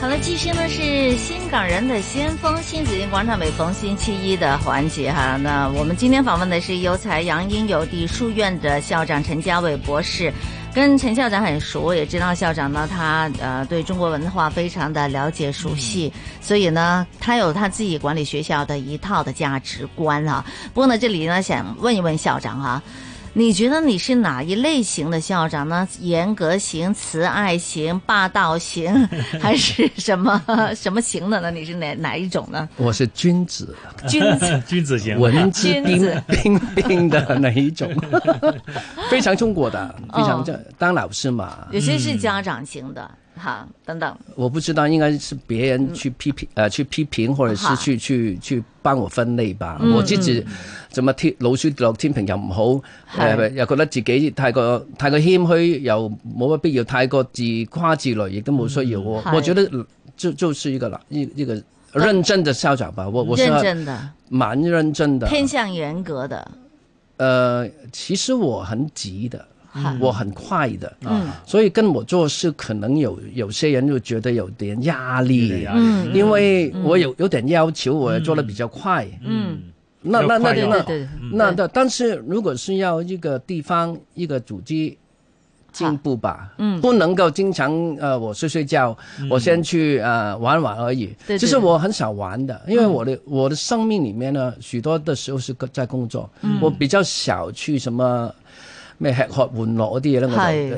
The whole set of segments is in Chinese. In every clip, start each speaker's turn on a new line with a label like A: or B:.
A: 好了，继续呢是新港人的先锋新紫金广场，每逢星期一的环节哈。那我们今天访问的是油才杨英邮地书院的校长陈家伟博士。跟陈校长很熟，也知道校长呢，他呃对中国文化非常的了解熟悉，所以呢，他有他自己管理学校的一套的价值观啊。不过呢，这里呢想问一问校长啊，你觉得你是哪一类型的校长呢？严格型、慈爱型、霸道 型，还是什么 什么型的呢？你是哪哪一种 呢？
B: 我是君子，
A: 君子
C: 君子型，
B: 呃文质彬
A: 君子
B: 彬彬的那一种，非常中国的，
A: 哦
B: 非常这、当老师嘛，
A: 有些是家长型的，
B: 嗯
A: 哈、等等，
B: 我不知道应该是别人去批评
A: 嗯
B: 呃去批评，或者
A: 好
B: 是去去去帮我分類吧。
A: 嗯
B: 我自己怎麼天老鼠跌落天平又唔好，
A: 係
B: 誒、又覺得自己太過太過謙虛，又冇乜必要太過自誇自擂，亦都冇需要。我
A: 嗯係
B: 我覺得就就是一個啦，一一個認真的校長吧。我我是啊
A: 认真的，
B: 蠻認真的。啊
A: 偏向严格的，
B: 呃，其實我很急的，
A: 哈、
B: 我很快的，啊
A: 嗯
B: 所以跟我做事可能有有些人就觉得有点压力，
C: 压
B: 啊
C: 力
A: 嗯
B: 因为我有有点要求，我也做的比较快。
A: 嗯。
B: 那那那
C: 比较
B: 那
C: 快
A: 对
C: 啊
B: 那
A: 嗯对
B: 那的，但是如果是要一个地方一个组织。进步吧，嗯，不能够经常呃，我睡睡觉，我先去呃玩玩而已。
A: 嗯对对嗯
B: 其实我很少玩的，因为我的我的生命里面呢，许多的时候是在工作，
A: 嗯
B: 我比较少去什么咩吃喝玩樂嗰啲嘢咧，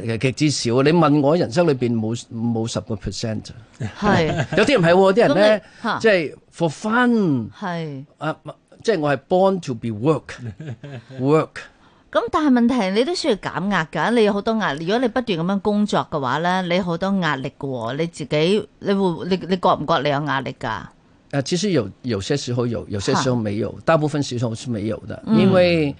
B: 我就極之少。你問我人生裏邊冇冇十個 percent，
A: 对，系
B: 有啲人係喎，有啲
A: 咁
B: 人咧
A: 你嚇啊
B: 即係 for fun。
A: 系。
B: 啊，唔即係我係 born to be work，work
A: 咁但係問題，你都需要減壓㗎，你有好多壓力。如果你不斷咁樣工作嘅話咧，你好多壓力嘅喎。你自己，你會你你覺唔覺你有壓力㗎？
B: 啊，其實有有些時候有，有些時候沒有，大部分時候是沒有的，
C: 嗯
B: 因為，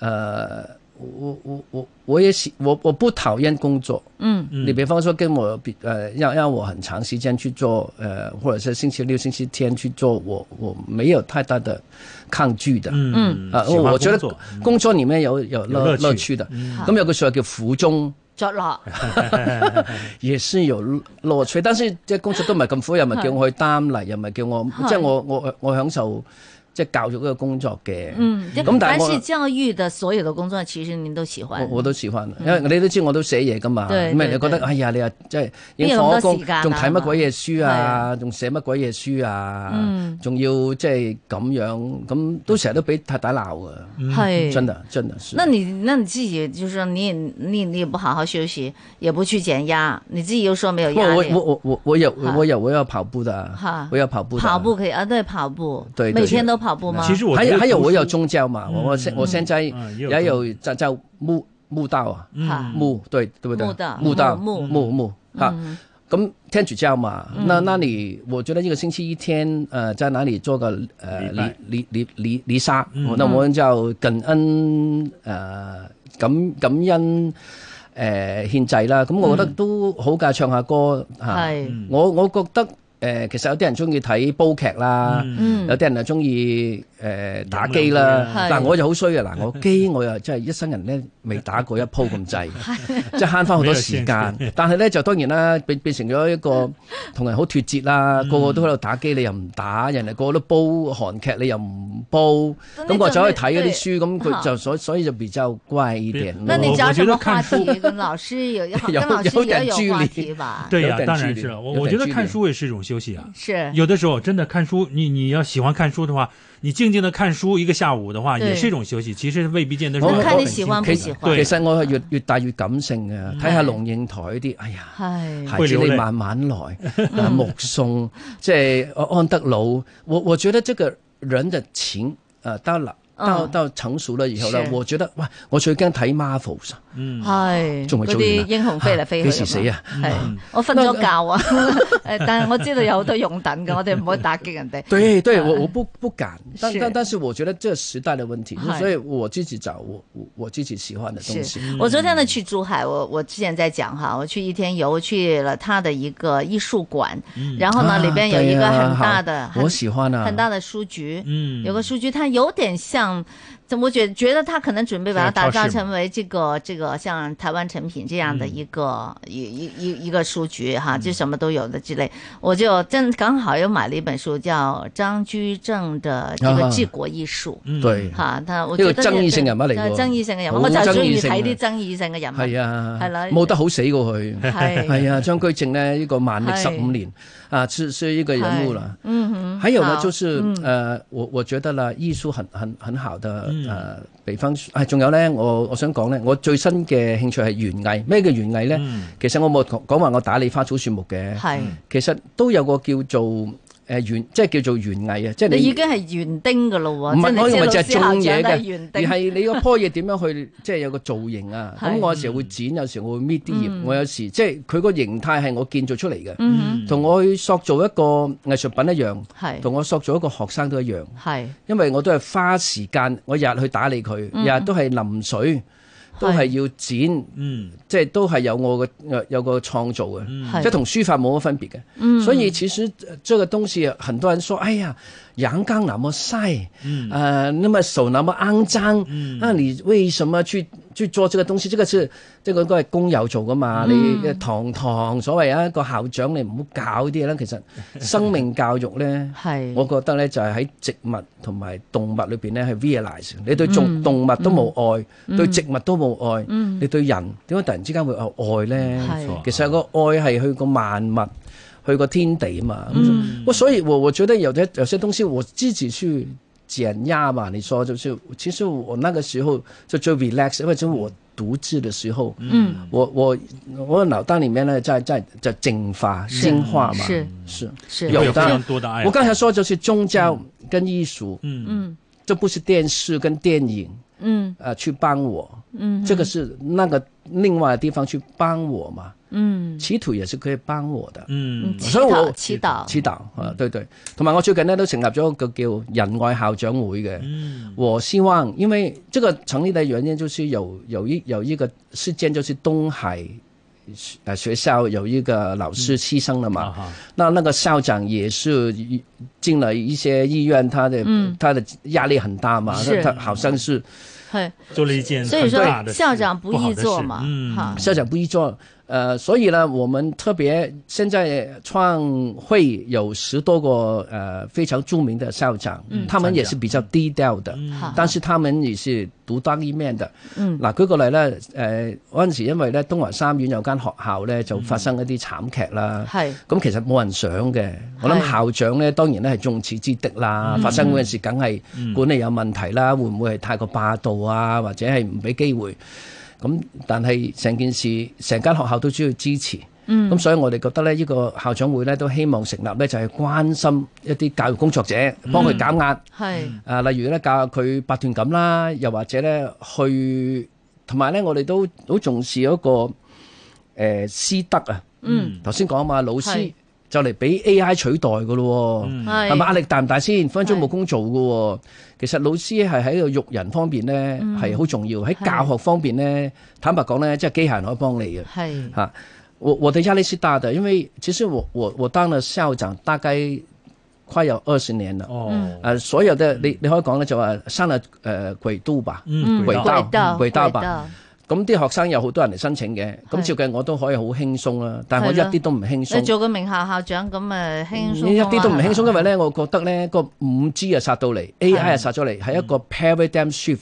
B: 呃，我我我我也喜我我不討厭工作，
A: 嗯，
B: 你比方說跟我比，呃，让让我很长時間去做，呃，或者是星期六、星期天去做，我我沒有太大的抗拒的，
C: 嗯
B: 啊，
C: 喜欢
B: 我我覺
C: 工作嗯
B: 得工作裡面有有
C: 有樂趣
B: 樂
C: 嗯
B: 樂趣的，咁有句說話叫苦中。
A: 作樂
B: 也是有樂趣，但是即係工作都唔係咁苦，又唔係叫我去擔嚟，又唔係叫我，即係我我我享受即係教育嗰個工作嘅。
A: 嗯，即
B: 咁
A: 凡
B: 但係
A: 是
B: 我
A: 教育的所有的工作，其實您都喜歡。
B: 我我都喜歡，
A: 嗯
B: 因為你都知我都寫嘢噶嘛，
A: 對
B: 咁
A: 對
B: 你覺
A: 對
B: 得哎呀，你啊即係已
A: 邊
B: 經
A: 有咁
B: 放
A: 多
B: 咗工
A: 時間啊，
B: 仲睇乜鬼嘢書
A: 係
B: 啊，仲寫乜鬼嘢書啊
A: 嗯，
B: 仲要即係咁樣，咁都成日都俾太太鬧啊，
A: 係
B: 真的真的啊是。
A: 那你那你自己就是說你也你你也不好好休息，也不去減壓，你自己又說沒有
B: 不過
A: 壓
B: 我
A: 力
B: 我。我我我有
A: 哈
B: 我有我要跑步的
A: 哈
B: 啊，我要跑步的
A: 跑步可以啊，对，跑步，
B: 對對
A: 每天都跑步嗎？
C: 其实我
B: 嗯还
C: 觉
B: 有
C: 得
B: 还有，
C: 读
B: 我
C: 书
B: 有宗教嘛，我我现我现在
C: 嗯也有嗯
B: 也有在在墓墓道啊，
A: 哈
B: 墓对对不对
A: 墓道？嗯
B: 墓道
A: 墓嗯
B: 墓墓啊。咁天主教嘛，那那你我觉得一个星期一天，呃，在哪里做个呃
C: 礼拜嗯
B: 离离离离离沙，哦那
A: 嗯
B: 我们叫感恩呃感感恩誒獻祭啦，咁我覺得都好㗎，唱下歌啊嚇
A: 嗯係。
B: 我我覺得誒、呃其實有啲人中意睇煲劇啦，
A: 嗯
B: 有啲人啊中意誒打機
C: 飲
A: 兩杯啦。
B: 啦嗱，我就好衰嘅，啊嗱，我機我又真係一生人咧未打過一鋪咁滯，即係慳翻好多時間。但係咧就當然啦，變變成咗一個同人好脱節啦，個個都喺度打機，你又唔打，人哋個個都煲韓劇，你又唔煲，咁我走去睇嗰啲書，咁佢就所所以就比較怪一點咯。
A: 那你
C: 我
A: 找
C: 我觉
A: 什
C: 得
A: 么话
C: 看书
A: 题？跟老师 有要
B: 有
A: 跟老师
B: 有
A: 也
B: 点
A: 有
B: 距
A: 话
B: 离
A: 题吧？
C: 对呀、
B: 有点
C: 当
B: 距
C: 然
B: 离
C: 是了。我
B: 有
C: 我觉
B: 点
C: 得
B: 距
C: 看
B: 离
C: 书也是一种休息啊。
A: 是，
C: 有的时候真的看书，你你要喜欢看书的话，你静静的看书一个下午的话，
A: 对
C: 也是一种休息。其实未必见得
B: 我
C: 说
B: 我
C: 很
B: 看你
C: 辛
A: 喜欢
C: 苦
A: 不
C: 的
B: 其
A: 喜嗯欢
C: 对
B: 其，實我係越越大越感性嘅，睇下龍應台嗰啲，哎呀，
A: 哎，
B: 孩子
C: 會
B: 你
C: 流淚
B: 慢慢來，啊目 送，即係安德魯，我我覺得這個人的情，呃，到老到
A: 嗯
B: 到成熟了以後咧
A: 是，
B: 我覺得哇，我最驚睇 Marvels 啊
A: 系
D: 嗯，
B: 仲未
A: 嗰
B: 做完
A: 啲
B: 啊
A: 英雄飛嚟 飛去，
B: 幾時死？啊？
A: 係我瞓咗覺啊， 誒但係我知道有好多擁趸 嘅，我哋唔好打擊人哋。
B: 對對，我我不不敢，但
A: 啊是
B: 但但是我覺得這時代的問題
A: 嗨，
B: 所以我自己找我我我自己喜歡的東西。
A: 是我昨天呢去珠海，我我之前在讲哈，我去一天游，我去了他的一个艺术馆，然后呢
B: 啊
A: 里边有一
B: 對
A: 个
B: 啊
A: 很大的、
B: 好
A: 很
B: 我喜歡啊，
A: 很大的书局，
D: 嗯
A: 有个书局，它有点像，怎么觉觉得它可能准备把它打造成为这个这个像台湾成品这样
B: 嗯
A: 的一个、一一一一个书局哈，就什么都有的之类。我就正刚好又买了一本书，叫张居正的这个
B: 啊
A: 治国艺术。
C: 嗯
B: 對，
A: 吓，但係我
B: 呢
A: 覺
B: 個
A: 得
B: 爭議性啊人物嚟
A: 係
B: 喎
A: 爭議性嘅人物，
B: 好
A: 我就係中意
B: 爭議性
A: 睇
B: 嘅
A: 啲爭議性嘅人物。
B: 係啊，
A: 係嗯啦
B: 冇得好死過佢。
A: 係，
B: 係啊，張居正呢，一個萬歷
A: 係
B: 十五年啊，是是一個人物了。
A: 嗯哼，
B: 还有呢，
A: 好嗯
B: 就是呃，我我覺得啦，藝術很很很好的呃，比方啊，仲有呢，我我想講呢，我最新嘅興趣係園藝。咩叫園藝
C: 嗯
B: 呢？其實我冇講講話我打理花草樹木嘅，
A: 係，
B: 其實都有個叫做誒園，即係叫做園藝啊，即係
A: 你
B: 你
A: 已經係園丁噶咯
B: 唔
A: 喎，即係
B: 係我
A: 你
B: 認
A: 知
B: 為
A: 老
B: 就係
A: 師校
B: 種嘢
A: 長都係
B: 嘅
A: 園，
B: 而
A: 丁，
B: 係你嗰棵嘢點樣去， 即係有個造型啊。
A: 係
B: 咁我有時會剪，有時我會搣啲葉，我有時即係佢個形態係我建造出嚟嘅。
A: 嗯
B: 同我去塑造一個藝術品一樣，
A: 哼，係
B: 同我塑造一個學生都一樣，
A: 係
B: 因為我都係花時間，我日日去打理佢，日日都係淋水，都係要剪，
D: 嗯
B: 即係都係有我嘅呃有個創造嘅。
A: 係
B: 即係同書法冇乜分別嘅。所以其實呃這個東西，很多人說：哎呀，陽剛那麼曬，呃，那麼手那麼骯髒，那、啊你為什麼去去做這個東西？這個是即係嗰個係工友做噶嘛？你呃堂堂所謂啊一個校長，你唔好搞啲嘢啦。其實生命教育咧。
A: 係，
B: 我覺得咧就係喺植物同埋動物裏邊咧係 realize，你對動動物都冇愛，對植物都冇愛，你對人點解突然之間會有愛咧
A: 係冇錯？
B: 其實個愛係去個萬物，去個天地啊嘛。
A: 嗯
B: 咁我所以我我覺得有些有些東西我自己去減壓嘛。你說就是，其實我那個時候就最 relax，因為就是我獨自的時候，
A: 嗯，
B: 我我我腦袋裡面咧在在在淨化
A: 是
B: 淨化嘛，
A: 是
B: 是。
A: 是
D: 会有
B: 有
D: 非
B: 的
D: 常多的
C: 哎
D: 爱好，
B: 我刚才说就是宗教跟艺术，
D: 嗯
A: 嗯
B: 这不是电视跟电影
A: 嗯
B: 呃去帮我，
A: 嗯
B: 这个是那个另外的地方去帮我嘛，
A: 嗯，
B: 祈祷也是可以帮我的，
D: 嗯
A: 嗯祈
B: 所以我
A: 禱祈禱，
B: 祈禱啊，對對，同埋我最近呢都成立咗一個叫仁愛校長會嘅。
D: 嗯
B: 我希望，因為這個成立的原因就是有有一有一個事件，就是東海呃學校有一個老師犧牲了
C: 嗯
B: 嘛，
D: 啊哈
B: 那那个校长也是一进了一些医院，他的、
A: 嗯
B: 他的压力很大嘛，
A: 是
B: 那他好像是
A: 係，
D: 做了一件
A: 所以
D: 很大
A: 說
D: 的
A: 校
D: 事
A: 長不
D: 好
A: 易
D: 的
A: 做
D: 事
A: 嘛
D: 嗯，
A: 哈，
B: 校长不易做，呃，所以呢，我们特别现在创会有十多个呃非常著名的校长，他们也是比较低调的，
A: 好
B: 嗯但是他們亦是獨當一面的。
A: 嗯
B: 嗱，舉個例咧，誒嗰陣時因為咧東華三院有間學校咧就發生一啲慘劇啦。
A: 係
B: 咁其實冇人想嘅，我諗
A: 係
B: 校長咧當然咧係眾矢之的啦。發生嗰陣時，梗係管理有問題啦，會唔會係太過霸道啊，或者係唔俾機會？咁但係成件事，成間學校都需要支持。嗯，咁所以我哋覺得咧，呢個校長會咧都希望成立咧，就係關心一啲教育工作者，幫佢減壓。
A: 係
B: 啊，例如咧教下佢八段錦啦，又或者咧去，同埋咧我哋都好重視嗰、個誒、呃師德啊。
A: 嗯，
B: 頭先講啊嘛，老
A: 係
B: 師就嚟俾 AI 取代噶咯喎。
A: 係
B: 係咪壓力大唔大先？分分鐘冇工做嘅喎。其實老師係喺個育人方面咧係好重要，喺
A: 係
B: 教學方面咧，坦白講咧，即係機械人可以幫你嘅。
A: 係
B: 啊，我我的压力是大的，因为其实我我我当了校长大概快有二十年了。
A: 嗯
C: 嗯
D: 哦，
B: 呃，所有的你你可以講咧就話生啦誒軌都吧，
D: 嗯
B: 軌
A: 軌道
B: 道軌道吧。
A: 吧，
B: 咁啲學生有好多人嚟申請嘅，咁
A: 係
B: 照計我都可以好輕鬆啦，但係我
A: 係
B: 一
A: 啦
B: 啲都唔輕
A: 你
B: 鬆，
A: 做個名校校長咁啊輕鬆
B: 一啲都唔輕鬆，因
A: 咧
B: 為咧我覺得咧個五 G 啊殺到嚟，AI 啊殺咗嚟，係一個 paradigm shift。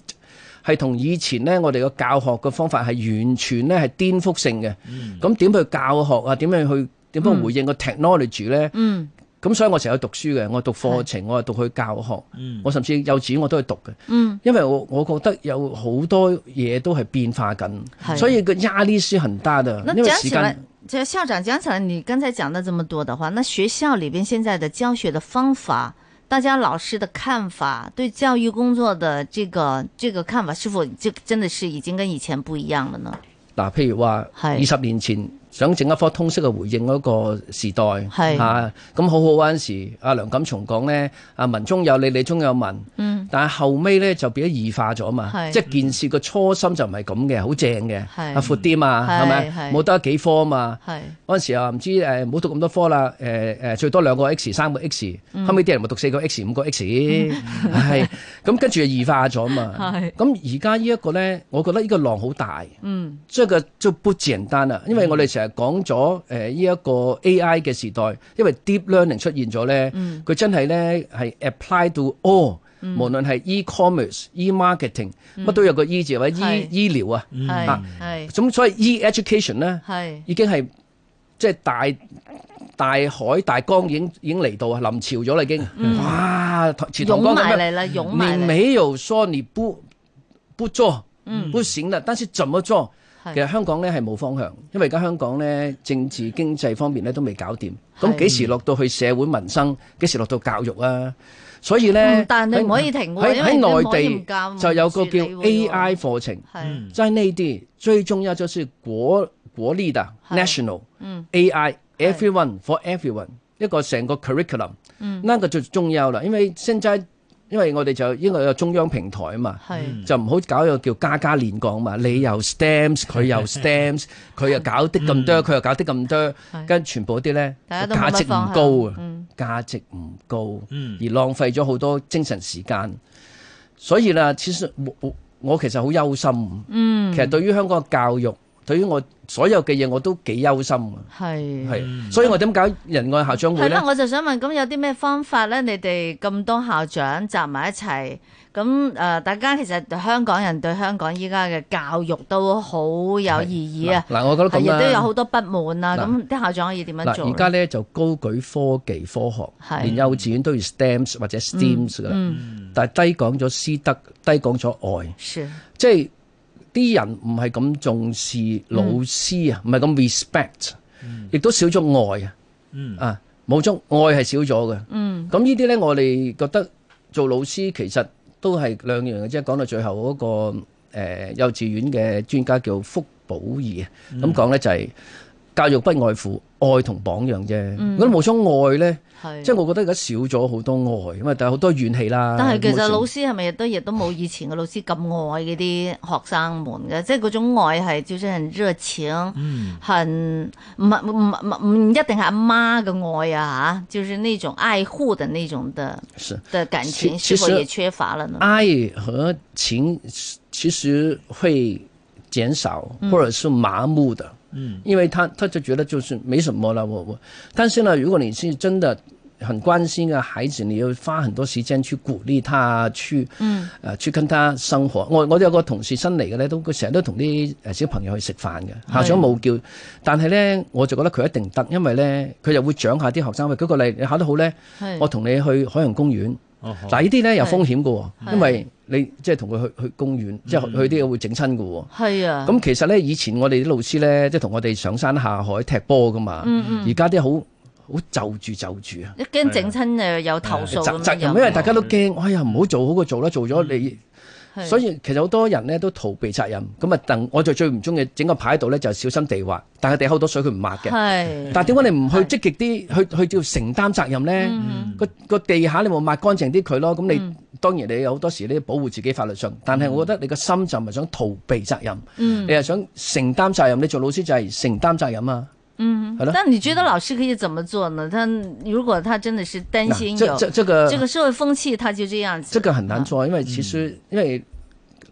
B: 係同以前咧，我哋個教學嘅方法係完全咧係顛覆性嘅。
A: 嗯
B: 咁點、去教學啊？點樣去點樣回應個 technology 咧？
A: 嗯。
B: 咁所以我成日去讀書嘅，我讀課程，我係讀去教學，
A: 嗯
B: 我甚至幼稚園我都去讀嘅，因為我我覺得有好多嘢都係變化
A: 係
B: 緊，所以個壓力是很大的
A: 那，
B: 因為
A: 讲
B: 時
A: 起来
B: 間，
A: 这校长讲起来，你刚才讲了这么多的话，那学校里边现在的教学的方法大家老师的看法，对教育工作的这个这个看法，是否就真的是已经跟以前不一样了呢？
B: 嗱，譬如話
A: 係
B: 二十年前想整一科通識嘅回應嗰個時代，
A: 係
B: 啊咁好好嗰陣時，阿梁錦松講咧，啊文中有理，理中有文，
A: 嗯，
B: 但係後尾咧就變咗異化咗嘛，
A: 係
B: 即係件事個初心就唔係咁嘅，好正嘅，
A: 係
B: 啊闊啲嘛，係
A: 係
B: 咪？
A: 係
B: 冇得幾科嘛。
A: 係
B: 嗰陣時啊，唔知誒唔好讀咁多科啦，誒、誒最多兩個 X、三個 X，、後
A: 嗯
B: 尾啲人咪讀四個 X、五個 X，係咁跟住就異化咗嘛。
A: 係
B: 咁而家呢一個咧，我覺得呢個浪好大。
A: 嗯，
B: 即係個就不簡單啦，因為我哋成日講咗誒呢一個 AI 嘅時代，因為 deep learning 出現咗咧，佢、
A: 嗯
B: 真係咧係 apply to all，、無論係 e-commerce、e-marketing，乜都有個 e 字或者
A: 嗯係
B: e 醫療啊，
A: 係係
B: 咁所以 E e-education 咧
A: 係
B: 已經係即係大大海大江已經已經嚟到啊，臨潮咗啦已經，哇！池塘
A: 湧
B: 江
A: 埋
B: 咁樣
A: 嚟啦，湧埋
B: 你
A: 嚟，
B: 沒有說你不不做，不行啦，但是怎麼做？
A: 係
B: 其實香港咧係冇方向，因為而家香港咧政治經濟方面咧都未搞掂，
A: 係
B: 咁幾時落到去社會民生？幾時落到教育啊？所以
A: 嗯
B: 咧，
A: 但你唔
B: 喺
A: 可以停喎
B: 喺
A: 因為你唔
B: 喺
A: 可以
B: 內
A: 唔教
B: 地就有個
A: 唔處
B: 叫嗯
A: 理喎
B: AI 課程，
A: 係
B: 在內地最重要就是國國立的
A: 係
B: national
A: 嗯
B: AI everyone for everyone 一個成個 curriculum，呢
A: 嗯
B: 個最重要啦，因為現在因為我哋就因為有中央平台啊嘛。
A: 係
B: 就唔好搞一個叫家家練鋼
A: 嗯
B: 嘛，你又 stems，佢又 stems，佢又搞啲咁多，佢又搞啲咁多，跟住全部啲咧
A: 大家都冇
B: 價
A: 乜
B: 值唔
A: 方向
B: 高啊
A: 嗯，
B: 價值唔高，
C: 嗯
B: 而浪費咗好多精神時間。所以啦，其實我我我其實好憂心，
A: 嗯
B: 其實對於香港嘅教育，對於我所有嘅嘢我都幾憂心啊。
A: 係
B: 係，所以我點解仁愛校長
A: 係
B: 會咧
A: 啦，？我就想問，咁有啲咩方法咧？你哋咁多校長集埋一齊，咁誒、呃大家其實香港人對香港依家嘅教育都好有異
B: 係
A: 議啊，
B: 嗱，嗱我覺得
A: 係
B: 咁
A: 亦
B: 啦，
A: 都有好多不滿啊。
B: 嗱
A: 咁啲校長可以點樣做
B: 嗱，
A: 呢？
B: 而家咧就高舉科技科學，
A: 係
B: 連幼稚園都要 STEMs 或者 STEAMs 噶啦，
A: 嗯，
B: 但係低講咗師德，低講咗愛，
A: 是
B: 即係啲人唔係咁重視老師啊，唔係咁 respect，亦都少咗愛啊，啊冇咗愛係少咗嘅，
A: 嗯
B: 咁呢啲咧我哋覺得做老師其實都係兩樣嘅啫，講到最後嗰、個、呃、幼稚園嘅專家叫福寶儀，咁講咧就係、教育不外乎愛同榜樣啫，如果冇咗愛咧，
A: 係，
B: 即係我覺得而家少咗好多愛，因為但係好多怨氣啦。
A: 但係其實
B: 咁
A: 老
B: 冇
A: 師係咪亦都亦都冇以前嘅老師咁愛嗰啲學生們嘅？即係嗰種愛係就是很熱情，
B: 嗯
A: 很唔係唔唔唔一定係阿媽嘅愛啊嚇，就是那種愛護的那種的
B: 事
A: 的感情，是
B: 其
A: 否
B: 其實啊
A: 也缺乏了呢？
B: 爱和情其实会减少，或者是麻木的。嗯，因为他他就觉得就是没什么了，我我。但是呢，如果你是真的很关心啊孩子，你要花很多时间去鼓励他，去嗯，呃，去跟他生活。我我有個同事新嚟嘅咧，都佢成日都同啲誒小朋友去食飯嘅，校長冇叫，但係咧我就覺得佢一定得，因為咧佢就會獎下啲學生。喂，舉個例，你考得好咧，
A: 係
B: 我同你去海洋公園。
C: 哦
B: 但係呢啲咧有風險嘅
A: 係
B: 喎，因為你即係同佢去去公園，即係去啲嘢會整親嘅喎。
A: 係啊，
B: 咁其實咧，以前我哋啲老師咧，即係同我哋上山下海踢波噶嘛。
A: 嗯
B: 而家啲好好就住就住啊，
A: 一驚整親誒有投訴
B: 責
A: 咁
B: 責
A: 樣
B: 任，
A: 有
B: 因為大家都驚，哎呀唔好做好過做啦，做咗你。
A: 嗯係
B: 所以其實好多人咧都逃避責任，咁啊鄧我就最唔中意整個牌喺度咧就係小心地滑，但係地下好多水佢唔抹嘅。
A: 係
B: 嗯但係點嗯解你唔去積極啲去去叫承擔責任咧？個個地下你冇抹乾淨啲佢咯，咁你當然你有好多時你要保護自己法律上，但係我覺得你個心就唔係想逃避責任，你係想承擔責任。你做老師就係承擔責任啊，嗯，係咯。
A: 但你覺得老師可以怎麼做呢？他如果他真的是擔心有
B: 嗱呃這這個
A: 這個社會風氣，他就這樣子。
B: 這個很難做，因為其實因為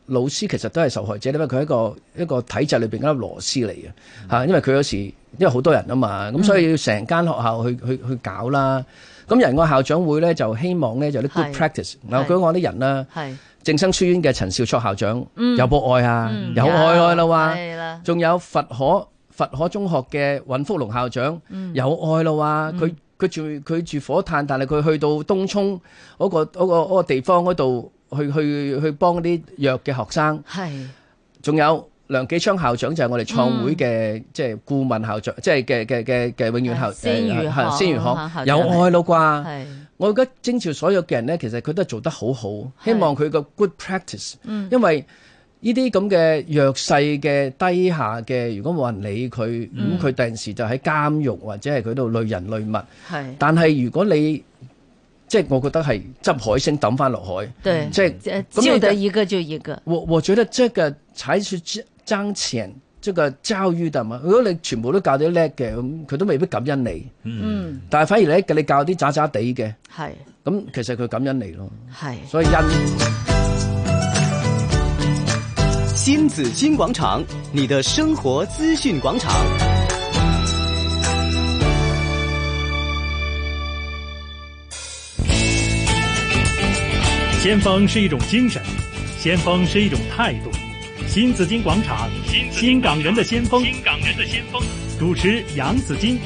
B: 老師其實都係受害者，因為佢係一個一個體制裏邊嗰粒螺絲嚟嘅嚇，因為佢有時因為好多人啊嘛，咁所以要成間學校去去去搞啦。咁人個校長會咧就希望咧就啲 good
A: 係
B: practice，嗱
A: 係
B: 舉我啲人啦，
A: 係
B: 正生書院嘅陳兆卓校長有博愛啊，
A: 嗯有
B: 有愛愛啦喎。
A: 係啦，
B: 仲有佛可佛可中學嘅尹福龍校長、
A: 嗯
B: 有愛啦哇！佢佢住佢住火炭，但係佢去到東涌嗰、個嗰、個嗰個地方嗰度去去去幫啲弱嘅學生。
A: 係
B: 仲有梁紀昌校長就係我哋創
A: 嗯
B: 會嘅即係顧問校長，即係嘅嘅嘅嘅永遠校
A: 鮮魚行
B: 鮮魚
A: 校長
B: 行有愛咯啩。
A: 係
B: 我覺得徵召所有嘅人咧，其實佢都係做得好好，希望佢個 good practice，因為呢啲咁嘅弱勢嘅低下嘅，如果冇人理佢，咁佢第陣時就喺監獄或者係佢度累人累物。
A: 係
B: 但係如果你即係我覺得係執海星抌翻落海，
A: 對，
B: 即係
A: 呃
B: 咁你
A: 救得
B: 就
A: 一個就一個，
B: 我我覺得這個才是爭錢，這個教育的嘛。如果你全部都教啲叻嘅，咁佢都未必感恩你。
A: 嗯，
B: 但係反而咧，你教啲渣渣地嘅，
A: 係
B: 咁其實佢感恩你咯。
A: 係。
B: 所以恩。
D: 新紫金广场，你的生活资讯广场。
C: 先锋是一种精神，先锋是一种态度。新紫金广场，新港人的先锋，新港人的先锋。主持杨紫金。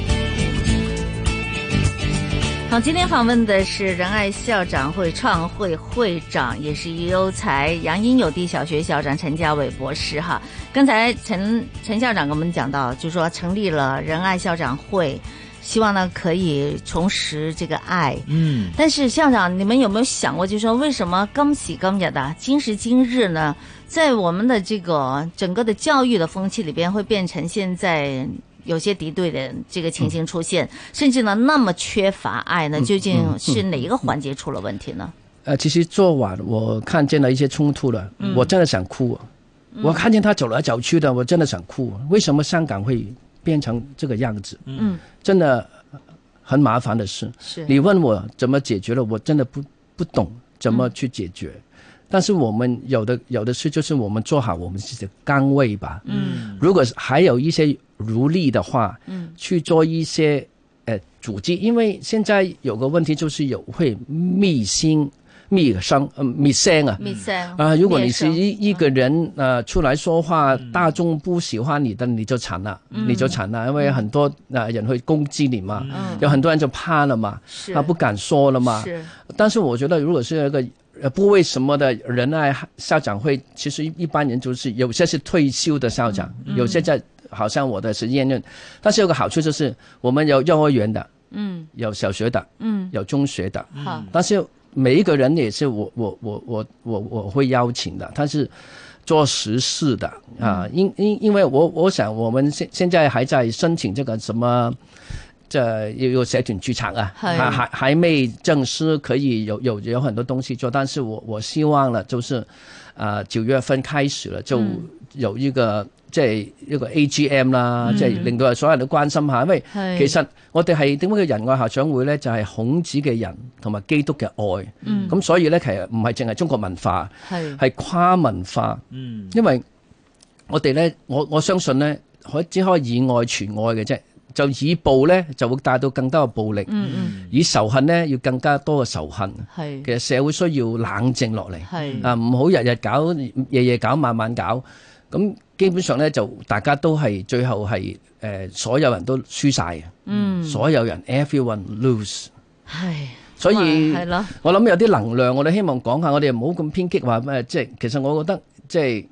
A: 好，今天访问的是仁爱校长会创会会长，也是优才杨英有地小学校长陈家伟博士哈。刚才陈陈校长跟我们讲到，就说成立了仁爱校长会，希望呢可以重拾这个爱。
C: 嗯，
A: 但是校长，你们有没有想过，就说为什么今时今日啊，今时今日呢，在我们的这个整个的教育的风气里边，会变成现在有些敌对的这个情形出现，甚至呢那么缺乏爱呢？究
B: 嗯
A: 竟是哪一个环节出了问题呢？
B: 呃，其实昨晚我看见了一些冲突了，我真的想哭、啊。我看见他走来走去的，我真的想哭、啊。为什么香港会变成这个样子？
A: 嗯，
B: 真的很麻烦的事。
A: 是，
B: 你问我怎么解决了，我真的不不懂怎么去解决。但是我们有的有的事就是我们做好我们自己的岗位吧。
A: 嗯
B: 如果还有一些如力的话，
A: 嗯，
B: 去做一些呃组织，因为现在有个问题就是有会密心密声呃密声啊。
A: 密塞
B: 啊、如果你是
A: 灭
B: 一一个人，
A: 嗯
B: 呃，出来说话，大众不喜欢你的，你就惨了，你就惨了，因为很多呃人会攻击你嘛，
A: 嗯
B: 有很多人就怕了嘛，
A: 是
B: 他啊不敢说了嘛。
A: 是
B: 但是我觉得，如果是那个呃不为什么的仁爱校长会，其实一一般人就是有些是退休的校长，有些在好像我的是现任，但是有个好处就是我们有幼儿园的，
A: 嗯
B: 有小学的，
A: 嗯，
B: 有中学的，
A: 好
B: 但是每一个人也是我我我我我我会邀请的，他是做实事的啊，因因因为我我想我们现现在还在申请这个什么。这有有社团剧场啊，
A: 是
B: 还还还没正式可以有有有很多东西做，但是我我希望了就是，呃九月份开始了就有一个、即係一個 AGM 啦，即係令到所有人都關心下，因為
A: 係
B: 其實我哋係點解叫仁愛校長會咧？就係、孔子嘅仁同埋基督嘅愛，咁、
A: 嗯
B: 所以咧其實唔係淨係中國文化，
A: 係
B: 係跨文化，因為我哋咧，我我相信咧，可只可以以愛傳愛嘅啫。就以暴咧，就會帶到更多嘅暴力；
A: 嗯
B: 以仇恨咧，要更加多嘅仇恨。
A: 係
B: 其實社會需要冷靜落嚟。
A: 係
B: 啊，唔好日日搞，夜夜搞，晚晚搞。咁基本上咧，就大家都係最後係誒、呃所有人都輸晒嘅，
A: 嗯
B: 所有人 everyone lose。
A: 係，
B: 所以
A: 啊係咯，
B: 我諗有啲能量，我哋希望講下，我哋唔好咁偏激話咩，即係其實我覺得即係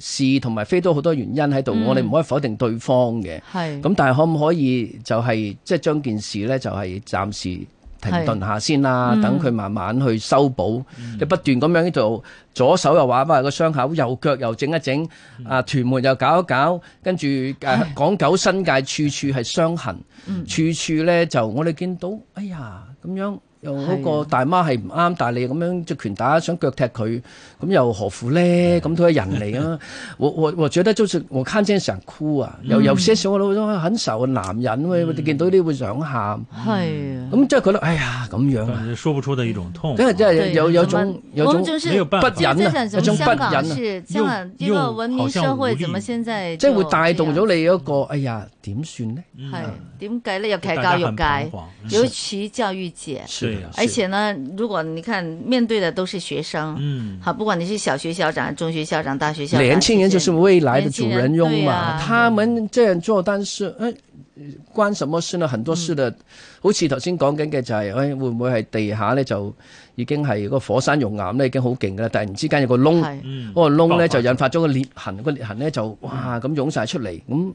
B: 是同埋非都好多原因喺度，
A: 嗯
B: 我哋唔可以否定對方嘅。
A: 係
B: 咁但係可唔可以就係、即係將件事呢，就係、暫時停頓下先啦，等佢慢慢去修補。你不斷咁樣喺度左手又話翻個傷口，右腳又整一整，啊屯門又搞一搞，跟住誒港九新界處處係傷痕，處處呢就我哋見到，哎呀咁樣。又嗰
A: 啊
B: 個大媽係唔啱，但係你咁樣隻拳打想腳踢佢，咁又何苦呢？
A: 嗯
B: 咁都係人 嚟啊！我我我覺得就是我看見想哭啊，有有些時候我老都很愁啊男人
A: 嗯
B: 喂，你見到呢會想喊，
A: 係啊。
B: 咁即係覺得哎呀咁樣啊，
E: 感觉说不出的一种痛。
B: 真係真係
A: 嗯对
B: 有有
A: 怎么
B: 種有
A: 我们
B: 種
A: 就是
E: 没有办法
B: 不忍啊，有
A: 就
B: 種
A: 是
B: 不
A: 香
B: 忍啊
A: 港，是香港一
E: 又
A: 个文明
E: 好像
A: 社会，
E: 无力
A: 怎么现在
B: 即係
A: 就
B: 會帶動
A: 这
B: 咗你一個哎呀點算呢？
A: 样？系点解呢？尤其系
E: 嗯大家
A: 教育
E: 很彷
A: 界，
E: 徨，
A: 尤其教育界，
B: 是啊
E: 对
B: 的
E: 呀
A: 而且呢，如果你看面对的都是学生，
E: 嗯，
A: 好，不管你是小学校长、中学校长、大学校长，
B: 年輕人就是未來的主人
A: 年輕人
B: 翁
A: 對
B: 嘛，
A: 啊
B: 他們這樣做，但是，哎，關什麼孫啊？很多孫啊，好似頭先講緊嘅就係、誒、會唔會係地下咧就已經係個火山熔岩咧已經好勁㗎啦，突然之間有個窿，
A: 係
C: 嗯
B: 嗰個窿咧就引發咗個裂痕，個裂痕咧就哇咁湧晒出嚟，咁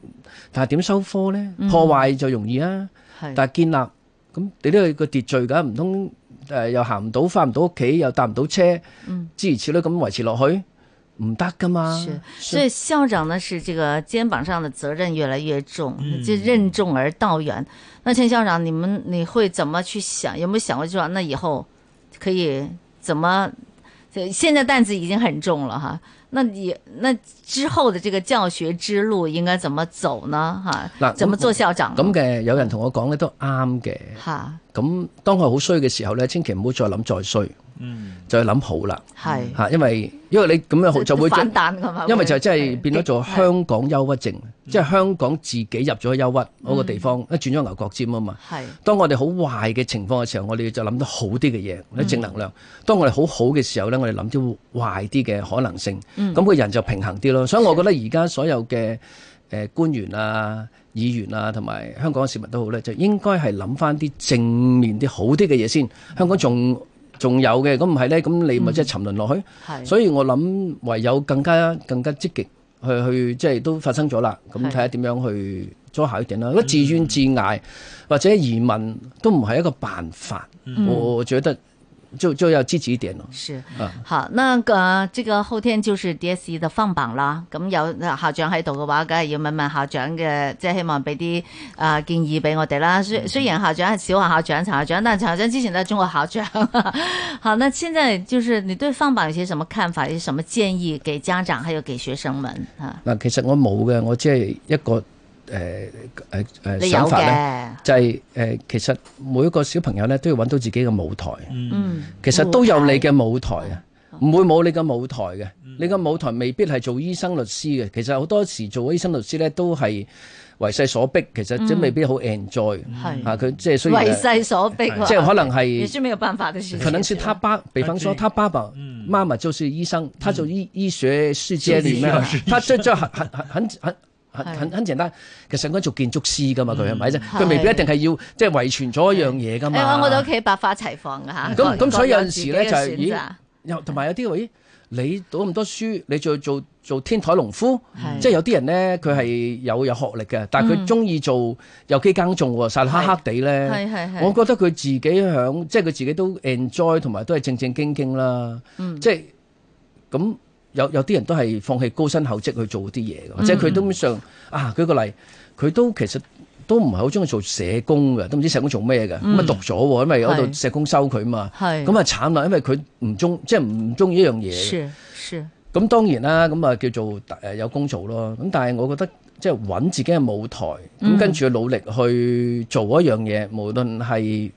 B: 但係點收科咧？破壞就容易啊，
A: 係
B: 但係建立咁你都有個秩序㗎，唔通誒又行唔到，翻唔到屋企，又搭唔到車，諸如此類咁維持落去唔得㗎嘛
A: 是，，所以校长呢是这个肩膀上的责任越来越重，
B: 嗯
A: 就任重而道远。那陈校长，你们你会怎么去想？有没有想过就说那以后可以怎么？这现在担子已经很重了哈，那你那之后的这个教学之路应该怎么走呢？哈，
B: 嗱
A: 怎么做校长呢？
B: 咁嘅有人同我講咧都啱嘅。
A: 哈，
B: 咁當佢好衰嘅時候咧，千祈唔好再諗再衰，
C: 嗯，
B: 就去諗好啦
A: 系
B: 嚇，因為因為你咁樣好就會
A: 反彈噶嘛，哎
B: 因為就真
A: 會
B: 係變咗做
A: 係
B: 香港憂鬱症，即係香港自己入咗憂鬱嗰個地方，一轉咗牛角尖啊嘛。
A: 係
B: 當我哋好壞嘅情況嘅時候，我哋就諗到好啲嘅嘢，啲正能量；當我哋好好嘅時候咧，我哋諗啲壞啲嘅可能性，咁個人就平衡啲咯。所以我覺得而家所有嘅誒官員啊、議員啊，同埋香港嘅市民都好咧，就應該係諗翻啲正面啲、好啲嘅嘢先。香港仲仲有嘅，咁唔係咧，咁你咪即係沉淪落去。
A: 係
B: 所以我諗唯有更加更加積極去去，即係都發生咗啦。咁
A: 係嗯
B: 睇下點樣去做下一定啦。如果自怨自艾或者移民都唔係一個辦法，
A: 嗯
B: 我我覺得就就要積極一點咯。
A: 是
B: 啊，
A: 好，那個這個後天就是 DSE 嘅放榜啦。咁有校長喺度嘅話，梗係要問問校長嘅，即係希望俾啲啊建議俾我哋啦。
B: 嗯
A: 雖雖然校長係小學校長陳校長，但係陳校長之前都係中國校長。 好，那現在就是你對放榜有些什麼看法？有什麼建議給家長，還有給學生們啊？
B: 嗱，其實我冇嘅，我只係一個誒誒誒
A: 你有
B: 呃想法咧，
A: 嘅，
B: 就係、呃其實每一個小朋友咧都要揾到自己嘅舞台。
A: 嗯，
B: 其實都有你嘅舞台啊，唔會冇你嘅舞台嘅。你嘅舞台未必係做醫生、律師嘅，其實好多時做醫生、律師咧都係為勢所逼，其實真未必好 enjoy
A: 係
B: 啊。佢即係雖然
A: 為勢所嗯逼喎，
B: 即係可能
A: 也
B: 係
A: 是沒有辦法的事情。
B: 可能是他爸，比方說
C: 啊對
B: 他爸爸
C: 嗯
B: 媽媽就是醫生，他就醫醫學世界裡面
C: 就
B: 啊
C: 醫學世，
B: 他這就很很很很。很
A: 係
B: 很很簡單，其實應該做建築師噶嘛，佢係咪啫？
A: 係
B: 佢未必一定係要即係遺傳咗一樣嘢噶
A: 誒
B: 嘛。
A: 哎我我哋屋企百花齊放㗎嚇。
B: 咁
A: 各
B: 咁所以有
A: 各
B: 陣
A: 自
B: 時
A: 己
B: 咧
A: 嘅
B: 就係、
A: 選擇
B: 咦，又同埋有啲話，咦，你讀咁多書，你仲要做做天台農夫，
A: 係嗯
B: 即係有啲人咧，佢係有有學歷嘅，但係佢中意做有機耕種喎，曬得黑黑地
A: 係係
B: 咧
A: 係。
B: 我覺得佢自己響，即係佢自己都 enjoy，同埋都係正正經經啦。
A: 嗯
B: 即係咁。有有啲人都係放棄高薪厚職去做啲嘢
A: 嗯
B: 嘅，即係佢根本上啊，舉個例，佢都其實都唔係好中意做社工嘅，都唔知社工做咩嘅，咁啊讀咗喎，因為嗰度
A: 嗯係
B: 社工收佢嘛，
A: 係
B: 咁啊慘啦，因為佢唔中即係唔中意一樣嘢，
A: 嗯是是，
B: 咁當然啦，咁啊叫做誒有工做咯，咁但係我覺得即係揾自己嘅舞台，
A: 嗯
B: 咁跟住努力去做一樣嘢，無論係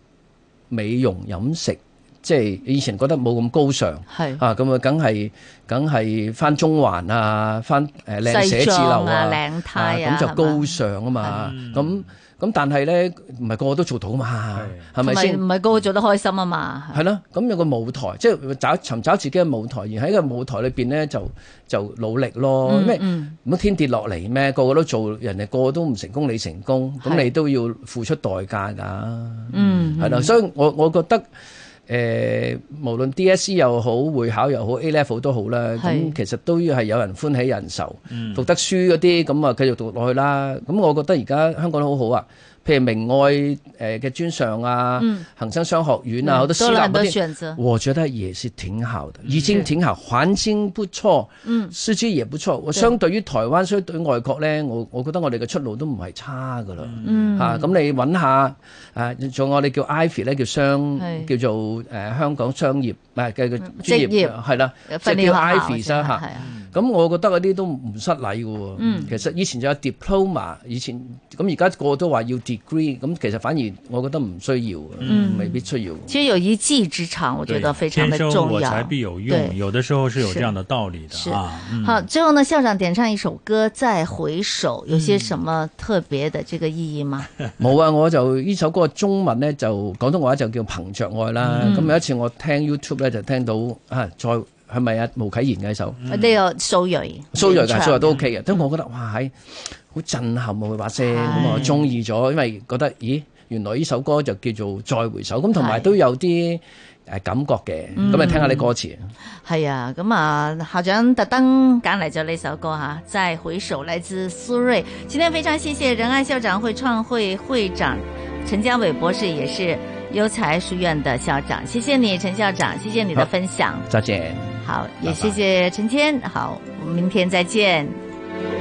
B: 美容飲食，即係以前覺得冇咁高尚。
A: 係
B: 啊，咁啊，梗係梗係翻中環啊，翻誒靚寫字樓啊，
A: 靚呔啊
B: 咁就
A: 係嘛嗯
B: 高尚啊嘛。咁咁但係咧，唔係個個都做到嘛，係
A: 同
B: 咪
A: 埋
B: 先
A: 唔？係個個做得開心啊嘛，
B: 係啦，咁有個舞台，即係找尋找自己嘅舞台，而喺個舞台裏邊咧就就努力
A: 嗯
B: 咯。因為乜天跌落嚟咩？個個都做，人哋個個都唔成功，你成功，咁
A: 係
B: 你都要付出代價㗎。
A: 嗯，
B: 係啦，所以我我覺得誒、無論 DSE E 又好，會考又好，A level 都好啦，
A: 係
B: 咁其實都要係有人歡喜有人愁。讀得書嗰啲咁啊，繼續讀落去啦。咁我覺得而家香港都好好啊，譬如明愛誒嘅專上啊，恒生商學院啊，好、多私
A: 多
B: 立
A: 了很
B: 嗰
A: 多
B: 啲。
A: 選擇，
B: 我覺得也是挺好
A: 嗯
B: 的，已經挺好，環境不錯，嗯，師資也不錯。我相對於台灣，相對於外國呢，我我覺得我哋嘅出路都唔係差噶啦，嗯，嚇咁、你揾下啊，仲有我哋叫 Ivy 咧，叫商
A: 係嗯
B: 叫做誒、呃香港商業唔係嘅嘅專
A: 職業
B: 業係啦，即
A: 訓練
B: 係叫
A: 學
B: Ivy
A: 校
B: 啦
A: 啊
B: 嚇。
A: 係啊，嗯
B: 咁我覺得嗰啲都唔失禮嘅喎。其實以前就有 diploma，以前咁而家個個都話要 degree，咁其實反而我覺得唔需要，啊
A: 嗯
B: 未必需要。啊
A: 其實有一技之長，我覺
C: 对
A: 得非常的
C: 天生
A: 重
C: 我材
A: 要。
C: 必有
A: 對
C: 用，有的时候是有
A: 是
C: 这样的道理的啊。嗯
A: 好，最後呢，校長點唱一首歌再回首，有
B: 嗯
A: 些什麼特別的這個意義嗎？
B: 冇啊，我就呢首歌中文咧就廣東話就叫憑着愛啦。咁、有一次我聽 YouTube 咧就聽到啊，再係咪啊？毛啟賢嘅一首
A: 呢個呃哦蘇芮，
B: 蘇芮嘅啊蘇芮都 OK 嘅，但我覺得哇係好震撼喎佢把聲，咁我中意咗，因為覺得咦原來呢首歌就叫做再回首，咁同埋
A: 係
B: 都有啲誒感覺嘅，咁你聽下啲歌詞。
A: 係啊，咁啊，校長特登揀嚟咗呢首歌哈，《再回首》來自蘇芮。今天非常謝謝仁愛校長會創會會長陳家偉博士，也是優才書院的校長，謝謝你，陳校長，謝謝你的分享。
B: 再見。
A: 好，也謝謝陳堅，好，我們明天再見，拜拜。